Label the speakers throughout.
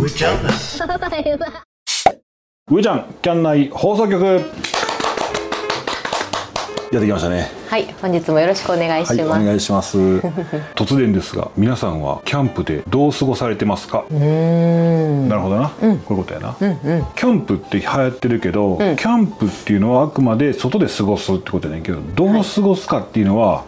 Speaker 1: 植えちゃうな。
Speaker 2: 上ちゃんキャン内放送局やってきましたね
Speaker 3: はい、本日もよろしくお願いし
Speaker 2: はいお
Speaker 3: ます。
Speaker 2: 願いします 突然ですが皆さんはキャンプでどう過ごされてますか
Speaker 3: うーん。
Speaker 2: なるほどな、こういうことやな、キャンプって流行ってるけど、キャンプっていうのはあくまで外で過ごすってことやねんけどどう過ごすかっていうのは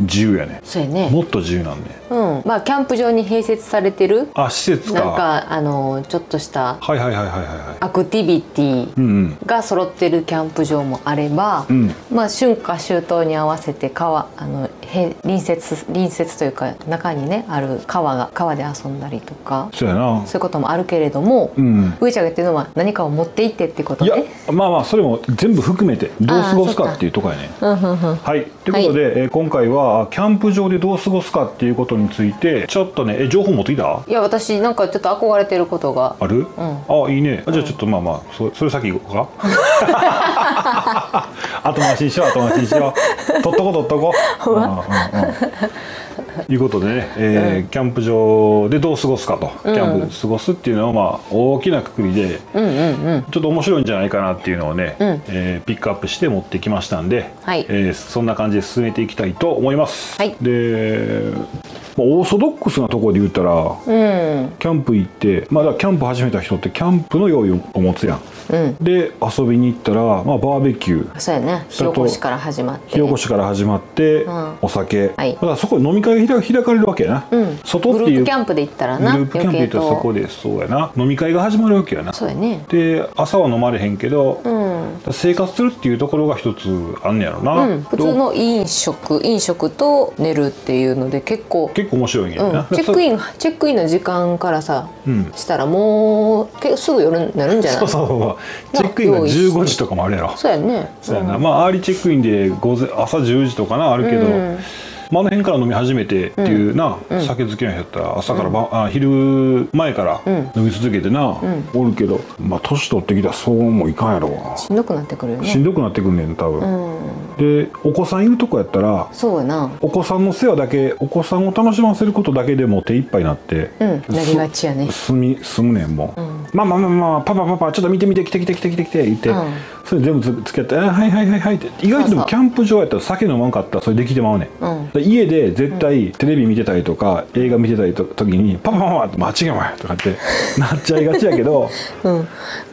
Speaker 2: 自由やね、
Speaker 3: そうやね。
Speaker 2: もっと自由なんね
Speaker 3: うん。まあキャンプ場に併設されてる
Speaker 2: あ施設か
Speaker 3: なんかあのちょっとした
Speaker 2: はいはいはいはいはいはい
Speaker 3: アクティビティ
Speaker 2: うんうん
Speaker 3: が揃ってるキャンプ場もあれば、
Speaker 2: うん
Speaker 3: まあ春夏秋冬に合わせて川あのへ隣接隣接というか中にねある川が川で遊んだりとか
Speaker 2: そうやな
Speaker 3: そういうこともあるけれども、
Speaker 2: うん
Speaker 3: 上ちゃんが言ってるのは何かを持っていってってこと
Speaker 2: いや
Speaker 3: ね。
Speaker 2: まあまあそれも全部含めてどう過ごすかっていうとこやね
Speaker 3: うんうんうん。
Speaker 2: はいということで、えー今回はキャンプ場でどう過ごすかっていうことについてちょっとねえ情報持ってきた
Speaker 3: いや私なんかちょっと憧れてることが
Speaker 2: ある、
Speaker 3: ん
Speaker 2: あいいねあじゃあちょっとまあまあそそれ先行 こうか後回しにしよう後回しにしよう取っとこう取っとこううんうんうんいうことでね、えーキャンプ場でどう過ごすかと、キャンプで過ごすっていうのはまあ大きなくくりで、ちょっと面白いんじゃないかなっていうのをね、えーピックアップして持ってきましたんで、
Speaker 3: はい
Speaker 2: えーそんな感じで進めていきたいと思います、
Speaker 3: はい
Speaker 2: でまあオーソドックスなところで言ったら、キャンプ行ってまあだからキャンプ始めた人ってキャンプの用意を持つやん、で遊びに行ったら、まあ、バーベキュー
Speaker 3: そうやね火起こしから始まって
Speaker 2: 火起こしから始まって、
Speaker 3: ん
Speaker 2: お酒、
Speaker 3: はい
Speaker 2: だからそこで飲み会が開開かれるわけやな、
Speaker 3: うん
Speaker 2: 外
Speaker 3: グ
Speaker 2: って
Speaker 3: ル
Speaker 2: い
Speaker 3: ー
Speaker 2: う
Speaker 3: プキャンプで行ったら
Speaker 2: グル
Speaker 3: な
Speaker 2: ープキャンプ行ったらそこでそうやな飲み会が始まるわけやな
Speaker 3: そうやね
Speaker 2: で朝は飲まれへんけど、
Speaker 3: うん
Speaker 2: 生活するっていうところが一つあんねやろな、
Speaker 3: うん、普通の飲食飲食と寝るっていうので結構、
Speaker 2: 結構面白いんや
Speaker 3: うん
Speaker 2: な、、
Speaker 3: チェック
Speaker 2: ン
Speaker 3: インチェックインの時間からさ、
Speaker 2: うん
Speaker 3: したらもうけすぐ夜になるんじゃない
Speaker 2: そうそうそうチェックインが
Speaker 3: 用意して
Speaker 2: 15時とかもあるやろ
Speaker 3: そうやね
Speaker 2: そうやな、まあアーリーチェックインで午前朝10時とかなあるけど、
Speaker 3: うん
Speaker 2: まあ、あの辺から飲み始めてっていうな、酒好きな人やったら朝からば、あ昼前から飲み続けてな、おるけどまあ年取ってきたらそうもいかんやろ
Speaker 3: しんどくなってくるよ
Speaker 2: しん
Speaker 3: ね
Speaker 2: どくなってくんねん多
Speaker 3: う
Speaker 2: 分、
Speaker 3: ん
Speaker 2: でお子さんいるとこやったら
Speaker 3: そうやな
Speaker 2: お子さんの世話だけお子さんを楽しませることだけでもう手一杯になって、
Speaker 3: うんなりがちやね
Speaker 2: す住み住むねんもう、まあまあまあまあパパパパちょっと見て見て来て来て来て来て来て言って、
Speaker 3: うん
Speaker 2: それ全部つつけて「あはいはいはいはい」って意外とで
Speaker 3: そうそ
Speaker 2: も
Speaker 3: う
Speaker 2: キャンプ場やったら酒飲まんかったらそれできてまうねん、
Speaker 3: うん
Speaker 2: で家で絶対テレビ見てたりとか映画見てたりと時に「パパパパ」って「間違いない」とかって なっちゃいがちやけど
Speaker 3: うん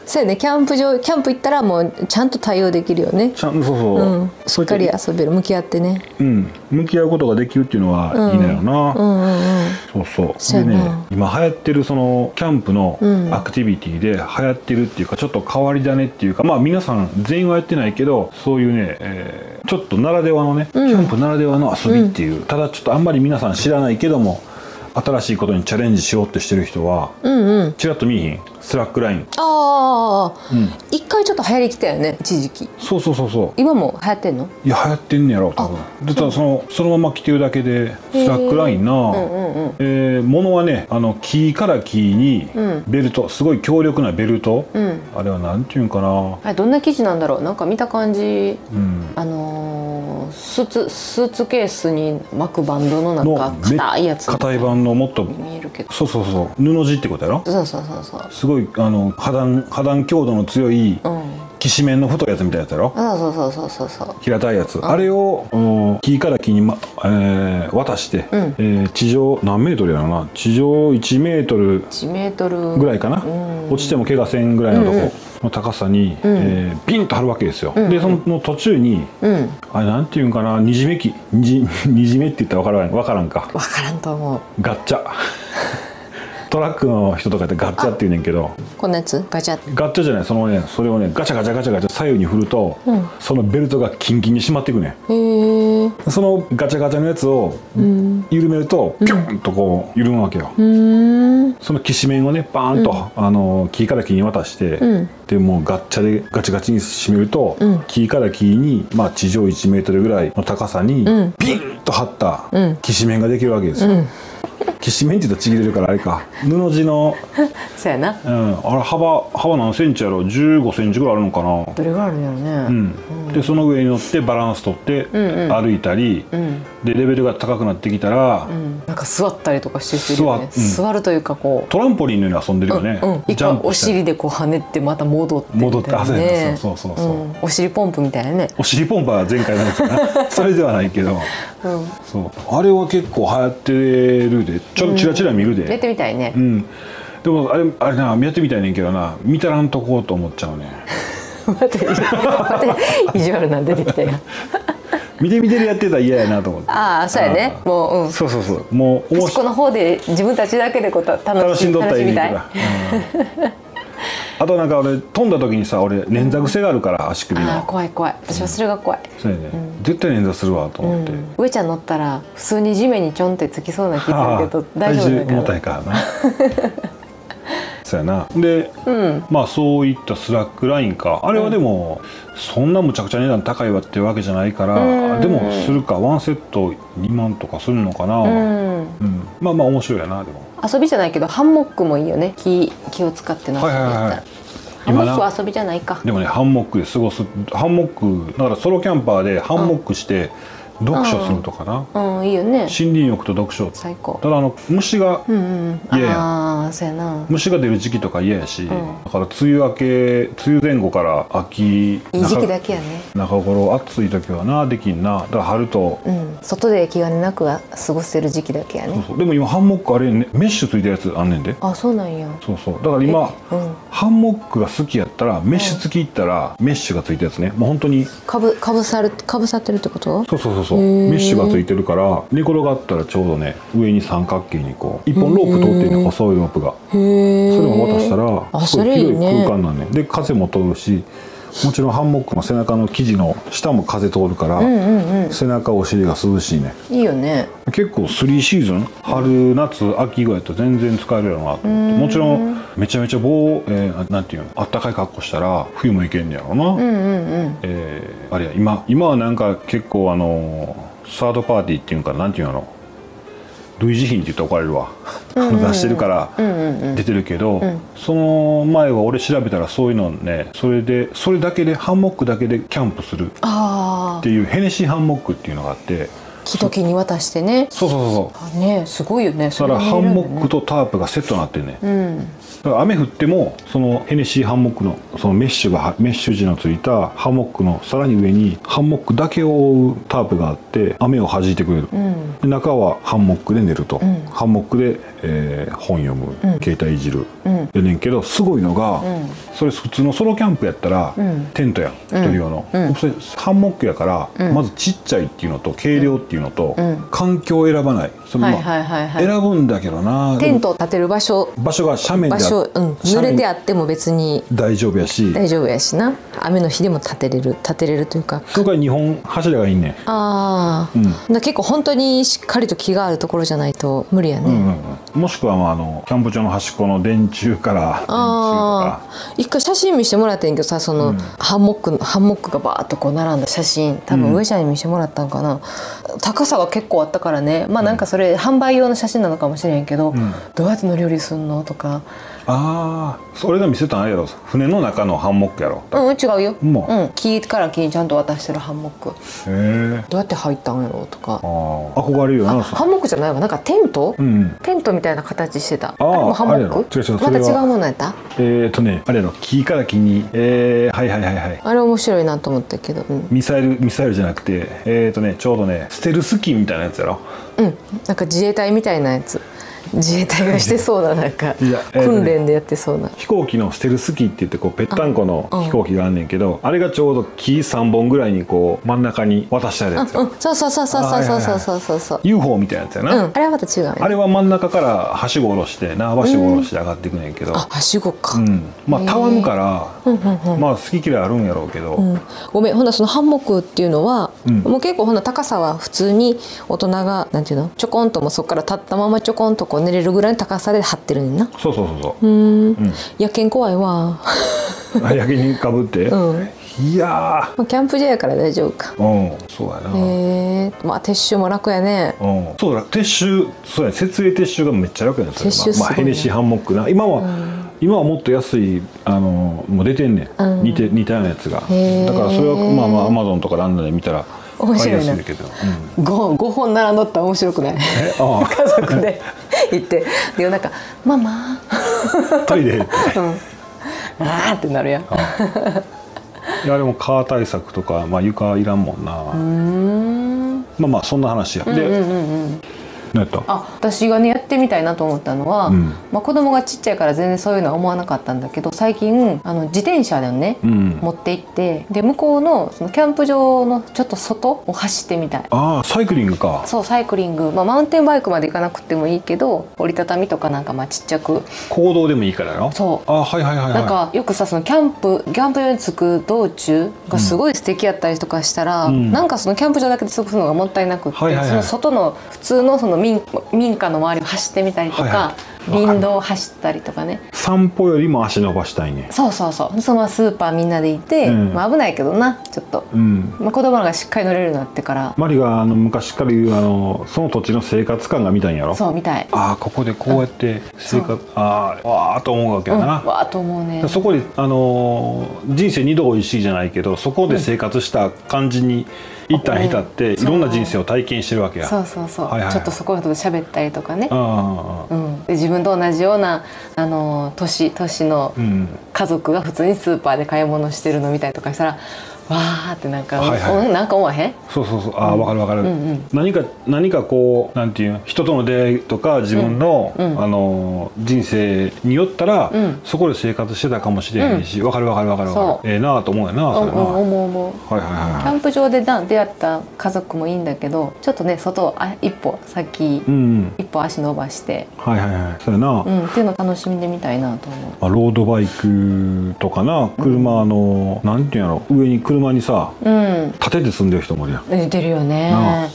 Speaker 3: そうやねキャンプ場キャンプ行ったらもうちゃんと対応できるよね
Speaker 2: ちゃんとそうそう、
Speaker 3: うんし
Speaker 2: そう
Speaker 3: っ
Speaker 2: いた
Speaker 3: かり遊べる向き合ってね
Speaker 2: うん、向き合うことができるっていうのはいいのよな、
Speaker 3: うんうんうん
Speaker 2: そうそう
Speaker 3: そうや
Speaker 2: で
Speaker 3: な
Speaker 2: ね今流行ってるそのキャンプの
Speaker 3: うん
Speaker 2: アクティビティで流行ってるっていうかちょっと変わり種っていうかまあ皆さん全員はやってないけどそういうね、えーちょっとならではのね、キャンプならではの遊びっていう、ただちょっとあんまり皆さん知らないけども新しいことにチャレンジしようってしてる人は
Speaker 3: うんうん
Speaker 2: ちらっと見えひんスラックライン
Speaker 3: ああ、
Speaker 2: ん
Speaker 3: 一回ちょっと流行りきたよね一時期
Speaker 2: そうそうそうそう
Speaker 3: 今も流行ってんの
Speaker 2: いや流行ってんねやろ多分でただそのそのまま着てるだけでスラックラインな、
Speaker 3: うんうんうん
Speaker 2: えー、物はねあの木から木に
Speaker 3: うん
Speaker 2: ベルト、すごい強力なベルト、
Speaker 3: うん
Speaker 2: あれはなんていうんかな、
Speaker 3: あれどんな生地なんだろうなんか見た感じ
Speaker 2: うん、
Speaker 3: あのースーツスーツケースに巻くバンドのなんか
Speaker 2: め
Speaker 3: 硬いやつ
Speaker 2: 硬い版のもっと
Speaker 3: 見えるけど
Speaker 2: そうそうそう布地ってことやろ
Speaker 3: そうそうそうそう
Speaker 2: すごいあの破断破断強度の強い
Speaker 3: うん
Speaker 2: きしめんの太いやつみたいなやつやろ
Speaker 3: あそうそうそうそうそう
Speaker 2: 平たいやつあれをうん木から木に、まえー渡して、
Speaker 3: うん
Speaker 2: えー地上何メートルやろな地上1メートル
Speaker 3: 1メートル
Speaker 2: ぐらいかな、
Speaker 3: うん
Speaker 2: 落ちても怪我せんぐらいのとこの高さに、えービンと張るわけですよ、でその途中に
Speaker 3: うん分
Speaker 2: あれなんていうんかなにじめきにじ にじめって言ったら分からん分からんか
Speaker 3: からんと思う
Speaker 2: ガッ チャトラックの人とかってガッチャって言うねんけど
Speaker 3: こんなやつガチャって
Speaker 2: ガッチャじゃないそのねそれをねガチャガチャガチャガチャ左右に振ると、
Speaker 3: うん
Speaker 2: そのベルトがキンキンに締まっていくねん
Speaker 3: へえう
Speaker 2: そのガチャガチャのやつを
Speaker 3: ん
Speaker 2: 緩めると、ピュンとこう緩むわけよ、
Speaker 3: ーん
Speaker 2: そのきしめんをねバーンと、あの木から木に渡して、
Speaker 3: うん
Speaker 2: でもうガッチャでガチガチに締めると、
Speaker 3: ん
Speaker 2: 木から木に、まあ、地上1メートルぐらいの高さに、
Speaker 3: うん
Speaker 2: ピンと張った
Speaker 3: うん
Speaker 2: きしめんができるわけですよ、
Speaker 3: ん
Speaker 2: きしめんって言うとちぎれるからあれか布地の、
Speaker 3: そうやな
Speaker 2: うん、あれ幅幅何センチやろ15センチぐらいあるのかな
Speaker 3: どれぐらいあるんやろ
Speaker 2: う
Speaker 3: ね
Speaker 2: ん、でその上に乗ってバランス取って
Speaker 3: んうん
Speaker 2: 歩いたり、
Speaker 3: うん
Speaker 2: でレベルが高くなってきたら、
Speaker 3: うん、なんか座ったりとかしてるよね
Speaker 2: 座
Speaker 3: 座,、るというかこう
Speaker 2: トランポリンのように遊んでるよね、
Speaker 3: うんうん、一
Speaker 2: ジャン
Speaker 3: 回お
Speaker 2: プしたり
Speaker 3: 尻でこう跳ねてまた戻ってみたいな
Speaker 2: 戻ってあそうや
Speaker 3: ね
Speaker 2: なそうそうそうそう
Speaker 3: うんお尻ポンプみたいなね、
Speaker 2: お尻ポンパは前回のやつかなそれではないけど
Speaker 3: うん、
Speaker 2: そうあれは結構流行ってるでちょチラチラ見る
Speaker 3: やっ
Speaker 2: で
Speaker 3: てみたいね
Speaker 2: う、ん、でもあれあれなやってみたいねんけどな見たらんとこうと思っちゃうね
Speaker 3: またまた意地悪なん出てき たよ
Speaker 2: 見て見てるやってたら嫌やなと思って
Speaker 3: ああそうやね
Speaker 2: あー
Speaker 3: もううん
Speaker 2: そうそうそうもう
Speaker 3: 端っ
Speaker 2: 面
Speaker 3: こ
Speaker 2: 白い
Speaker 3: の方で自分たちだけでこうた楽
Speaker 2: 楽
Speaker 3: し
Speaker 2: しんどったらいいねんけ
Speaker 3: た
Speaker 2: ど
Speaker 3: い
Speaker 2: なうんあとなんか俺飛んだ時にさ俺捻挫癖があるから足首
Speaker 3: ああ
Speaker 2: の
Speaker 3: 怖い怖い私はそれが怖い、
Speaker 2: そうやね、絶対捻挫するわと
Speaker 3: う
Speaker 2: 思って、
Speaker 3: ん、上ちゃん乗ったら普通に地面にちょんってつきそうな気がするけど
Speaker 2: ああ
Speaker 3: 大丈夫
Speaker 2: 体重重
Speaker 3: だか
Speaker 2: た
Speaker 3: ら
Speaker 2: いからな そうやなで、まあそういったスラックラインかあれはでも、そんなむちゃくちゃ値段高いわってわけじゃないから、
Speaker 3: うん
Speaker 2: でもするかワンセット2万とかするのかな、うん
Speaker 3: うん
Speaker 2: まあまあ面白いやなでも
Speaker 3: 遊びじゃないけどハンモックもいいよね木木を使っての遊びだったら、
Speaker 2: はいはいはい
Speaker 3: ハンモックは遊びじゃないか
Speaker 2: でもねハンモックで過ごすハンモックだからソロキャンパーでハンモックして読書するとかな、
Speaker 3: うんいいよね
Speaker 2: 森林浴と読書
Speaker 3: 最高
Speaker 2: ただあの虫が
Speaker 3: うんうん
Speaker 2: いやいや
Speaker 3: ああそうやな
Speaker 2: 虫が出る時期とか嫌やし、
Speaker 3: ん
Speaker 2: だから梅雨明け梅雨前後から秋い
Speaker 3: いい時期だけやね
Speaker 2: 中頃暑い時はなできんなだから春と、
Speaker 3: うん外で気兼ねなくは過ごせる時期だけや
Speaker 2: そう
Speaker 3: ね
Speaker 2: そうでも今ハンモックあれ、ね、メッシュついたやつあんねんで
Speaker 3: あそうなんや
Speaker 2: そうそうだから今
Speaker 3: えうん
Speaker 2: ハンモックが好きやったらメッシュ付き行ったらメッシュがついたやつねもう本当に
Speaker 3: かぶかぶさるかぶさってるってこと
Speaker 2: そうそうそうそう
Speaker 3: へー
Speaker 2: メッシュがついてるから寝転がったらちょうどね上に三角形にこう一本ロープ通ってるね細いロープが
Speaker 3: へえ
Speaker 2: それを渡したら
Speaker 3: あ
Speaker 2: すご
Speaker 3: そ
Speaker 2: い
Speaker 3: れいい
Speaker 2: 広い
Speaker 3: ね
Speaker 2: 空間なんねで風も通るしもちろんハンモックの背中の生地の下も風通るから、
Speaker 3: うんうんうん
Speaker 2: 背中お尻が涼しいね
Speaker 3: いいよね
Speaker 2: 結構3シーズン春夏秋ぐらいと全然使えるよなと思ってもちろんめちゃめちゃ棒、えーなんていうのあったかい格好したら冬もいけんねやろな、
Speaker 3: うんうんうん
Speaker 2: えーあれや今今はなんか結構あのーサードパーティーっていうんかなんていうの類似品って言ったら怒られるわ出してるから出てるけど、その前は俺調べたらそういうのねそれでそれだけでハンモックだけでキャンプするっ
Speaker 3: ああ
Speaker 2: ていうヘネシーハンモックっていうのがあって
Speaker 3: 木と木に渡してね
Speaker 2: そうそうそうそう
Speaker 3: あねすごいよね
Speaker 2: だ
Speaker 3: そ
Speaker 2: か
Speaker 3: れ
Speaker 2: ら
Speaker 3: が
Speaker 2: ハ
Speaker 3: 見れ
Speaker 2: ン
Speaker 3: るんだ
Speaker 2: モ
Speaker 3: ね
Speaker 2: ックとタープがセットになってるね
Speaker 3: うん
Speaker 2: だから雨降ってもそのヘネシーハンモックのそのメッシュがはメッシュ地のついたハンモックのさらに上にハンモックだけを覆うタープがあって雨を弾いてくれる、
Speaker 3: うん
Speaker 2: で中はハンモックで寝ると、
Speaker 3: ん
Speaker 2: ハンモックで、えー本読む、携帯いじる、
Speaker 3: うん
Speaker 2: やねんけどすごいのが、
Speaker 3: ん
Speaker 2: それ普通のソロキャンプやったら、
Speaker 3: ん
Speaker 2: テントやん一人用の、
Speaker 3: うん
Speaker 2: それハンモックやから、まずちっちゃいっていうのと軽量っていうのと、
Speaker 3: うん
Speaker 2: 環境を選ばないそれまあ
Speaker 3: はいはいはいはい
Speaker 2: 選ぶんだけどな
Speaker 3: テントを建てる場所
Speaker 2: 場所が斜面
Speaker 3: 場
Speaker 2: であ
Speaker 3: 所、うん、濡れてあっても別に
Speaker 2: 大丈夫やし
Speaker 3: 大丈夫やしな雨の日でも建てれる建てれるというか
Speaker 2: そこは日本柱がいいね
Speaker 3: ああ、
Speaker 2: ん
Speaker 3: だから結構本当にしっかりと木があるところじゃないと無理やね、
Speaker 2: うんうんうんもしくはまああのキャンプ場の端っこの電柱から電
Speaker 3: あ
Speaker 2: 柱とか
Speaker 3: あ一回写真見してもらってんけどさその、ハンモックのハンモックがバーッとこう並んだ写真多分上ちゃんに見してもらったんかな、高さは結構あったからねまあなんかそれ販売用の写真なのかもしれんけど、
Speaker 2: ん
Speaker 3: どうやって乗り降りすんのとか
Speaker 2: ああそれが見せたんあれやろ船の中のハンモックやろ
Speaker 3: うん違うよ、う、
Speaker 2: もうん
Speaker 3: 木から木にちゃんと渡してるハンモック
Speaker 2: へえ
Speaker 3: どうやって入ったんやろうとか
Speaker 2: 憧れるよなそ
Speaker 3: ハンモックじゃないわなんかテント、
Speaker 2: うんうん
Speaker 3: テントみたいな形してたあ
Speaker 2: あー
Speaker 3: れもハンモッ
Speaker 2: あれや
Speaker 3: ク
Speaker 2: ろ違う違う
Speaker 3: また
Speaker 2: そ
Speaker 3: 違
Speaker 2: れは
Speaker 3: うものやった
Speaker 2: えっ、ー、とねあれやろ木から木にえー、はいはいはいはい
Speaker 3: あれ面白いなと思ったけどうん、
Speaker 2: ミサイルミサイルじゃなくてえっ、ー、とねちょうどねステルスキーみたいなやつやろ
Speaker 3: うん、なんか自衛隊みたいなやつ自衛隊がしてそうななんか
Speaker 2: いやえー
Speaker 3: 訓練でやってそうな
Speaker 2: 飛行機のステルス機って言ってこうぺったんこの飛行機があんねんけどあれがちょうど木3本ぐらいにこう真ん中に渡したやつ
Speaker 3: う
Speaker 2: よ
Speaker 3: んそうそうそうそうそうそうそうそうそう
Speaker 2: UFO みたいなやつやな、
Speaker 3: うんあれはまた違うよね
Speaker 2: あれは真ん中からはしご下ろして縄ばしご下ろして上がっていくねんけど、
Speaker 3: あはしごか、
Speaker 2: うんまあ
Speaker 3: へー
Speaker 2: たわむから、まあ好き嫌いあるんやろうけど、
Speaker 3: うんごめんほなそのハンモックっていうのは、
Speaker 2: うん
Speaker 3: もう結構ほな高さは普通に大人がなんていうのちょこんともうそこから立ったままちょこんとこう寝れるぐらいの高さで張ってるねんな
Speaker 2: そうそうそうそう
Speaker 3: ー
Speaker 2: う、
Speaker 3: ん
Speaker 2: うん
Speaker 3: 夜景怖いわ
Speaker 2: あ 焼きにかぶって、
Speaker 3: うん
Speaker 2: いや
Speaker 3: まあキャンプ場やから大丈夫か
Speaker 2: ーうんそうやな、
Speaker 3: へえまあ撤収も楽やね
Speaker 2: うん、そうだ撤収そうや設営撤収がめっちゃ楽やねんそれ
Speaker 3: 撤収すごいね
Speaker 2: まあまあヘネシーハンモックな今は、今はもっと安いあのもう出てんねん、
Speaker 3: うん
Speaker 2: 似て似たようなやつがだか
Speaker 3: へー
Speaker 2: らそれはまあまあアマゾンとかランドで見たら
Speaker 3: 面白い
Speaker 2: 買
Speaker 3: な
Speaker 2: やすけど、うん、
Speaker 3: 5, 5本並んどったら面白くない
Speaker 2: えあ
Speaker 3: 家族で行ってで夜中「ママ
Speaker 2: あト イレって
Speaker 3: あー」ってなるやん
Speaker 2: いやでもカー対策とか、まあ、床いらんもんなまあまあそんな話や、で、何やった
Speaker 3: あ私がねやってみたいなと思ったのは、
Speaker 2: うん
Speaker 3: まあ、子供がちっちゃいから全然そういうのは思わなかったんだけど最近あの自転車でね、
Speaker 2: うん
Speaker 3: 持って行ってで向こうのそのキャンプ場のちょっと外を走ってみたい
Speaker 2: ああサイクリングか
Speaker 3: そうサイクリング、まあ、マウンテンバイクまで行かなくてもいいけど折りたたみとかなんかまあちっちゃく
Speaker 2: 行動でもいいからよ
Speaker 3: そう
Speaker 2: ああはいはいはいはい
Speaker 3: なんかよくさそのキャンプキャンプ場に着く道中がすごい素敵やったりとかしたら、
Speaker 2: うん
Speaker 3: なんかそのキャンプ場だけで過ごすのがもったいなくって、
Speaker 2: はいはいはい
Speaker 3: その外の普通のその民民家の周りを走ってみたりとか、
Speaker 2: はいは
Speaker 3: 林道を走ったりとかね
Speaker 2: 散歩よりも足伸ばしたいね
Speaker 3: そうそうそうそのままスーパーみんなで行って、
Speaker 2: うん
Speaker 3: まあ、危ないけどなちょっと、
Speaker 2: うん
Speaker 3: まあ、子供らがしっかり乗れるようになってから、
Speaker 2: マリがあの昔から言うあのその土地の生活感が見たいんやろ
Speaker 3: そうみたい、
Speaker 2: ああここでこうやって生活ああわあと思うわけ
Speaker 3: う
Speaker 2: や
Speaker 3: ん、
Speaker 2: な、
Speaker 3: わあと思うね
Speaker 2: そこで、あのー人生二度おいしいじゃないけどそこで生活した感じに一旦浸って、
Speaker 3: うん
Speaker 2: いろんな人生を体験してるわけや
Speaker 3: そうそうそう、
Speaker 2: はいはいはい
Speaker 3: ちょっとそこのとこ喋ったりとかね、
Speaker 2: ああ
Speaker 3: うん、で自分と同じようなあの年年の
Speaker 2: うん
Speaker 3: 家族が普通にスーパーで買い物してるの見たりとかしたらわーってなんか、
Speaker 2: はいはい
Speaker 3: うんなんか思わへん
Speaker 2: そうそうそうああわかるわかる、
Speaker 3: うんうん
Speaker 2: 何か何かこうなんていうん人との出会いとか自分の、
Speaker 3: うんうん
Speaker 2: あのー人生によったら、
Speaker 3: うん
Speaker 2: そこで生活してたかもしれへんしわ、かるわかるわかるわ
Speaker 3: そ
Speaker 2: か
Speaker 3: う
Speaker 2: るええなあと思うよなそれな、
Speaker 3: うんうん思う思う
Speaker 2: はいはいはい
Speaker 3: キ
Speaker 2: は
Speaker 3: ャ
Speaker 2: い
Speaker 3: ンプ場でな出会った家族もいいんだけどちょっとね外をあ一歩先、
Speaker 2: うんうん
Speaker 3: 一歩足伸ばして、
Speaker 2: はいはいはいそうやな、
Speaker 3: うん、っていうのを楽しんでみたいなと思う
Speaker 2: まあ、ロードバイクとかな車の、なんていうんやろ上に車にさ
Speaker 3: うん
Speaker 2: 立てて住んでる人もいるやん
Speaker 3: 似てるよ
Speaker 2: なあ
Speaker 3: ね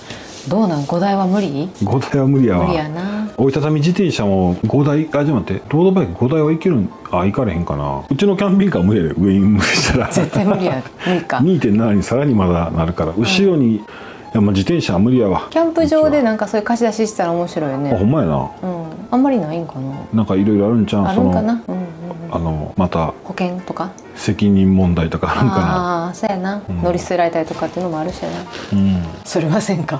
Speaker 3: どうなん5台は無理
Speaker 2: 5台は無理や
Speaker 3: 無
Speaker 2: わ
Speaker 3: 理やな
Speaker 2: 折りたたみ自転車も5台あちょっと待ってロードバイク5台はいけるんあ行かれへんかなうちのキャンピングカー無理やで上に無理したら
Speaker 3: 絶対無 理や無理か
Speaker 2: 2.7にさらにまだなるから後ろに、いやまあ自転車は無理やわ
Speaker 3: キャンプ場でなんかそういう貸し出ししたら面白いよ
Speaker 2: あほ
Speaker 3: ね
Speaker 2: んまや
Speaker 3: う
Speaker 2: な
Speaker 3: んあんまりないんかな
Speaker 2: なんかいろいろあるんちゃう
Speaker 3: あるんかな、うんうんうん、
Speaker 2: あのまた
Speaker 3: 保険とか
Speaker 2: 責任問題とかあるんかな
Speaker 3: ああーそうやな、
Speaker 2: ん
Speaker 3: 乗り捨てられたりとかっていうのもあるしやな
Speaker 2: うん
Speaker 3: それはせんか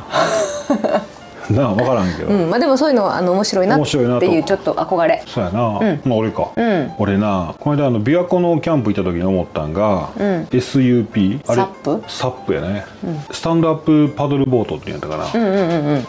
Speaker 2: なあ分からんけど、
Speaker 3: うんまあでもそういうのはあの面白いなっ
Speaker 2: 面白いなと
Speaker 3: ていうちょっと憧れ
Speaker 2: そうやな、
Speaker 3: ん
Speaker 2: まあ俺か、
Speaker 3: うん
Speaker 2: 俺なこの間あの琵琶湖のキャンプ行った時に思ったんが、
Speaker 3: うん
Speaker 2: SUP あれ
Speaker 3: サップ
Speaker 2: サップやね、スタンドアップパドルボートって言うんやったかな、
Speaker 3: うんうんうんうん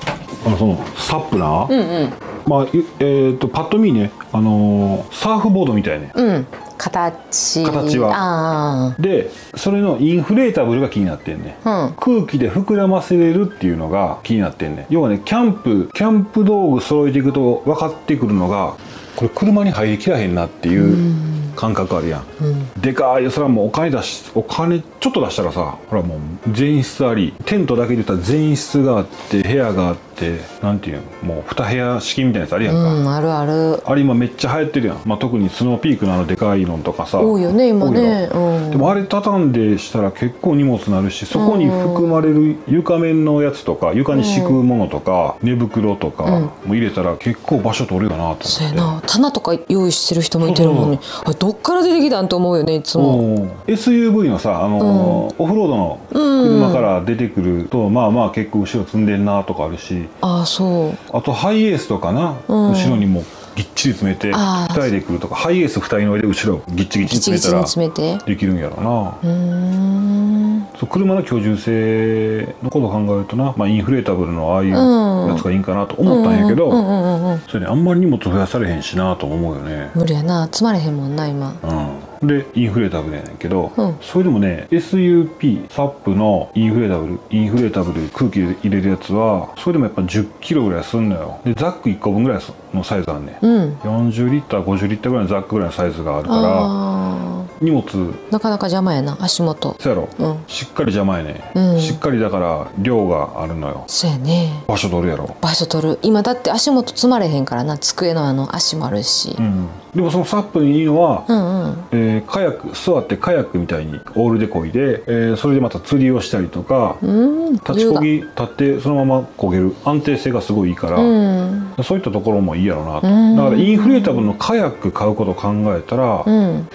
Speaker 2: あのそのサップな、
Speaker 3: うんうん
Speaker 2: まあいえー、とパッと見ね、あのーサーフボードみたいね
Speaker 3: うん形
Speaker 2: 形は
Speaker 3: あ
Speaker 2: でそれのインフレータブルが気になってんね、
Speaker 3: あ
Speaker 2: 空気で膨らませれるっていうのが気になってんね要はねキャンプキャンプ道具揃えていくと分かってくるのがこれ車に入りきらへんなっていう感覚あるやん、
Speaker 3: うんうん
Speaker 2: でかいそれはもうお金出しお金ちょっと出したらさほらもう全室ありテントだけで言ったら全室があって部屋があってなんていうのもう2部屋式みたいなやつあるやん
Speaker 3: う
Speaker 2: か、
Speaker 3: んあるある
Speaker 2: あれ今めっちゃ流行ってるやん、まあ、特にスノーピークのあのでかいのとかさ
Speaker 3: 多いよね今ね
Speaker 2: 多いやろ
Speaker 3: うん
Speaker 2: でもあれ畳んでしたら結構荷物なるしそこに含まれる床面のやつとか床に敷くものとか、寝袋とかも入れたら結構場所取るよなと
Speaker 3: そうや
Speaker 2: 思って。
Speaker 3: な棚とか用意してる人もいてるもんねあれどっから出てきたんと思うよねいつも
Speaker 2: うん SUV のさ、あのーオフロードの車から出てくると、まあまあ結構後ろ積んでんなとかあるし
Speaker 3: ああそう
Speaker 2: あとハイエースとかな、
Speaker 3: うん
Speaker 2: 後ろにもぎっちり詰めて
Speaker 3: あ
Speaker 2: 2
Speaker 3: ー
Speaker 2: 人で来るとかハイエース2人乗りで後ろぎっちぎち
Speaker 3: ギチギ
Speaker 2: 詰め
Speaker 3: チ
Speaker 2: た
Speaker 3: に
Speaker 2: ら
Speaker 3: 詰めて
Speaker 2: できるんやろな、
Speaker 3: うーん
Speaker 2: そう車の居住性のことを考えるとな、まあ、インフレータブルのああいう
Speaker 3: うん
Speaker 2: やつがいいんかなと思ったんやけど、
Speaker 3: うんうんうんうんうん
Speaker 2: それにあんまり荷物増やされへんしなと思うよね、
Speaker 3: 無理やな積まれへんもんな今
Speaker 2: うん、でインフレータブルやねんけど、
Speaker 3: うん
Speaker 2: それでもね SUP サップのインフレータブルインフレータブル空気入れるやつはそれでもやっぱ1 0キロぐらいすんのよでザック1個分ぐらいのサイズあんねん
Speaker 3: うん
Speaker 2: 40リッター50リッターぐらいのザックぐらいのサイズがあるか
Speaker 3: あ
Speaker 2: ら荷物
Speaker 3: ーなかなか邪魔やな足元
Speaker 2: そやろ、
Speaker 3: うん
Speaker 2: しっかり邪魔やね、
Speaker 3: うん
Speaker 2: しっかりだから量があるのよ
Speaker 3: そうやね
Speaker 2: 場所取るやろ、
Speaker 3: 場所取る今だって足元積まれへんからな机のあの足もあるし、
Speaker 2: うん、でもそのサップにいいのは、
Speaker 3: うん、うん
Speaker 2: えーカヤック座ってカヤックみたいにオールでこいで、えーそれでまた釣りをしたりとか、
Speaker 3: うん
Speaker 2: 立ちこぎ立ってそのままこげる安定性がすごいいいから、
Speaker 3: うん
Speaker 2: そういったところもいいやろなと、
Speaker 3: うん
Speaker 2: だからインフレータブルのカヤック買うことを考えたら、
Speaker 3: うん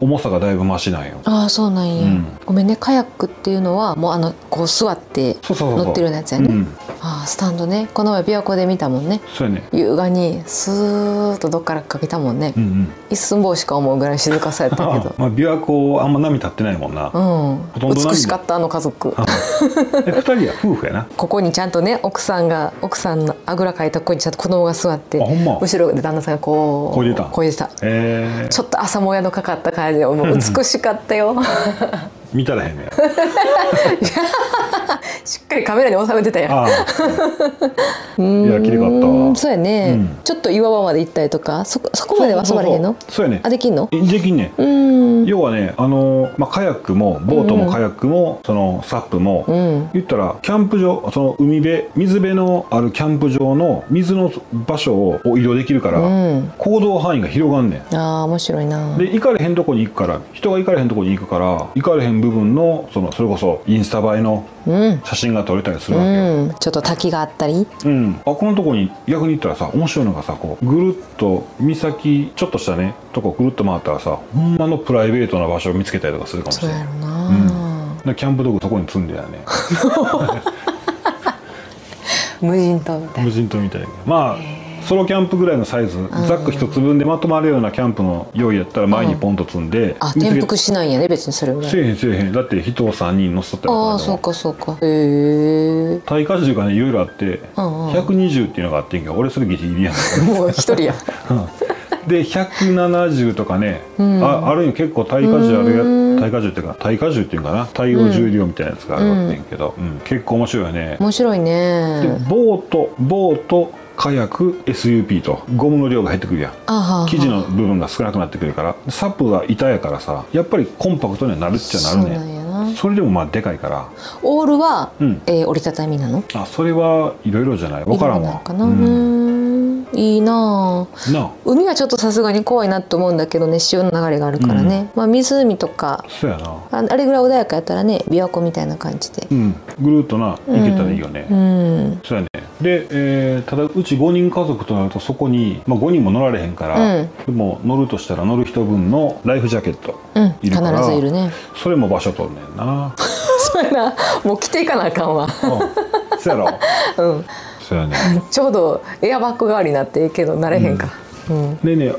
Speaker 2: 重さがだいぶマシなんよ
Speaker 3: ああそうなんや、
Speaker 2: うん
Speaker 3: ごめんねカヤックっていうのはもうあのこう座って
Speaker 2: そうそうそうそう
Speaker 3: 乗ってるようなやつやね
Speaker 2: うん
Speaker 3: ああスタンドねこの前琵琶湖で見たもんね
Speaker 2: そうやね
Speaker 3: 優雅にスーッとどっからかけたもんね、
Speaker 2: うんうん
Speaker 3: 一寸法しか思うぐらい静かさやったけど
Speaker 2: あ まあ琵琶湖あんま波立ってないもんな、ほと
Speaker 3: うん
Speaker 2: どない
Speaker 3: 美しかったあの家族
Speaker 2: あえ二人は夫婦やな
Speaker 3: ここにちゃんとね奥さんが奥さんのあぐらかいたここにちゃんと子供が座って
Speaker 2: あほんま
Speaker 3: 後ろで旦那さんがこう
Speaker 2: こいでた
Speaker 3: こいでた
Speaker 2: え
Speaker 3: ちょっと朝もやのかかった感じでもう美しかった よ
Speaker 2: ー、見たらへんねや
Speaker 3: しっかりカメラに収めてたよ
Speaker 2: ああ
Speaker 3: うーん
Speaker 2: いや綺麗かったわ
Speaker 3: そうやね、
Speaker 2: うん
Speaker 3: ちょっと岩場まで行ったりとかそこそこまでは遊ばれへんの
Speaker 2: そうそうそうやね
Speaker 3: あできんの
Speaker 2: えできんねん
Speaker 3: うーん
Speaker 2: 要はねあの、まあ、カヤックもボート
Speaker 3: うんう
Speaker 2: も
Speaker 3: ん
Speaker 2: カヤックも、そのサップも、
Speaker 3: うん
Speaker 2: 言ったらキャンプ場その海辺水辺のあるキャンプ場の水の場所を移動できるから、
Speaker 3: うん
Speaker 2: 行動範囲が広がんねん
Speaker 3: あー面白いな
Speaker 2: で行かれへんとこに行くから人が行かれへんとこに行くから行かれへん部分のそのそれこそインスタ映えの
Speaker 3: うん
Speaker 2: 写真が撮れたりするわけよ、
Speaker 3: うんちょっと滝があったり
Speaker 2: うん、あこのとこに逆に言ったらさ面白いのがさこうぐるっと岬ちょっとしたねとこぐるっと回ったらさほんまのプライベートな場所を見つけたりとかするかもし
Speaker 3: そう
Speaker 2: れな
Speaker 3: や
Speaker 2: い
Speaker 3: ろな、
Speaker 2: でキャンプ道具そこに積んでやね
Speaker 3: 無人島みたい
Speaker 2: 無
Speaker 3: な
Speaker 2: 人島みたいなまあソロキャンプぐらいのサイズざっく一つ分でまとまるようなキャンプの用意やったら前にポンと積んで、
Speaker 3: あ
Speaker 2: 見つ
Speaker 3: 転
Speaker 2: け
Speaker 3: 覆しないんやね別にそれぐら
Speaker 2: せ
Speaker 3: い
Speaker 2: えへんせえへんだって人を3人乗せとったりと
Speaker 3: あ
Speaker 2: か
Speaker 3: あ
Speaker 2: で
Speaker 3: そ
Speaker 2: も
Speaker 3: うかそうかへえ
Speaker 2: 耐荷重がねいろいろあって、
Speaker 3: うんうん
Speaker 2: 120っていうのがあってんけど俺それギリギリやん
Speaker 3: もう一人や
Speaker 2: で170とかね、
Speaker 3: うん
Speaker 2: あある意味結構耐荷重あるや
Speaker 3: うん
Speaker 2: 耐荷重っていうか耐荷重っていうかな耐用重量みたいなやつがあるわけやけど、うん結構面白いよね、
Speaker 3: 面白いね
Speaker 2: でボートボートカヤック SUP とゴムの量が減ってくるやん
Speaker 3: あはあはあ
Speaker 2: 生地の部分が少なくなってくるからサップが板やからさやっぱりコンパクトにはなるっちゃなる
Speaker 3: そうなんや
Speaker 2: ね
Speaker 3: な
Speaker 2: それでもまあでかいから
Speaker 3: オールは、
Speaker 2: うん
Speaker 3: えー折りたたみなの
Speaker 2: あそれはいろいろじゃない分からん
Speaker 3: 色々な
Speaker 2: わ
Speaker 3: かな、
Speaker 2: うん
Speaker 3: うーんいいなあ
Speaker 2: なあ
Speaker 3: 海はちょっとさすがに怖いなと思うんだけどね潮の流れがあるからね、まあ湖とか
Speaker 2: そうやな
Speaker 3: ああれぐらい穏やかやったらね琵琶湖みたいな感じで
Speaker 2: うんぐるっとな行けたらいいよね、
Speaker 3: うん
Speaker 2: そうやねで、えーただうち5人家族となるとそこに、まあ、5人も乗られへんから、
Speaker 3: うん
Speaker 2: でも乗るとしたら乗る人分のライフジャケット
Speaker 3: うん
Speaker 2: い
Speaker 3: 必
Speaker 2: るから、
Speaker 3: ずいるね
Speaker 2: それも場所取んねん な
Speaker 3: そうやなもう着ていかなあかんわ
Speaker 2: うんそうやろ
Speaker 3: うん
Speaker 2: そうやね
Speaker 3: ちょうどエアバッグ代わりになっていいけどなれへんか、うん
Speaker 2: でね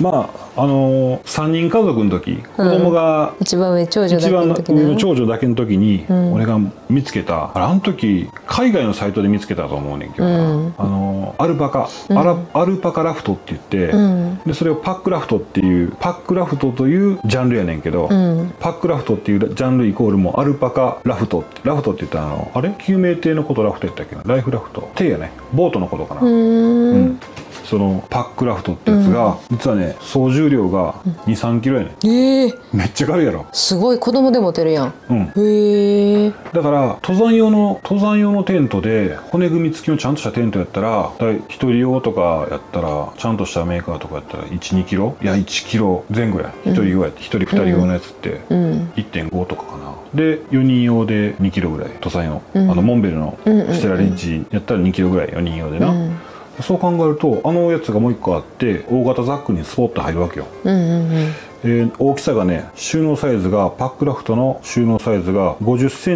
Speaker 2: まああのー、3人家族の時子供が
Speaker 3: 一番上長女だ
Speaker 2: 一
Speaker 3: け
Speaker 2: 番
Speaker 3: の
Speaker 2: の
Speaker 3: 時
Speaker 2: 上
Speaker 3: なの
Speaker 2: の長女だけの時に、
Speaker 3: ん
Speaker 2: 俺が見つけたあれあの時海外のサイトで見つけたと思うねんけどな、
Speaker 3: うん
Speaker 2: あのーアルパカ、アラアルパカラフトって言って、
Speaker 3: うん
Speaker 2: でそれをパックラフトっていうパックラフトというジャンルやねんけど、
Speaker 3: うん
Speaker 2: パックラフトっていうジャンルイコールもうアルパカラフトってラフトって言ったらあのあれ救命艇のことラフトやったっけなライフラフト艇やねボートのことかな、
Speaker 3: うーん
Speaker 2: そのパックラフトってやつが、実はね総重量が2 3キロやね
Speaker 3: えー、
Speaker 2: んめっちゃ軽いやろ
Speaker 3: すごい子供でも出るやん
Speaker 2: うん
Speaker 3: へえ
Speaker 2: だから登山用の登山用のテントで骨組み付きのちゃんとしたテントやったらだい一人用とかやったらちゃんとしたメーカーとかやったら12キロいや1キロ前後や一人用やって一人二人用のやつって
Speaker 3: うん
Speaker 2: 1.5とかかなで4人用で2キロぐらい登山用、
Speaker 3: うん
Speaker 2: あのモンベルの
Speaker 3: うんうんうん
Speaker 2: ステラレンジやったら2キロぐらい4人用でな、
Speaker 3: うん
Speaker 2: そう考えるとあのやつがもう一個あって大型ザックにスポッと入るわけよ
Speaker 3: うんうんうん
Speaker 2: えー大きさがね収納サイズがパックラフトの収納サイズが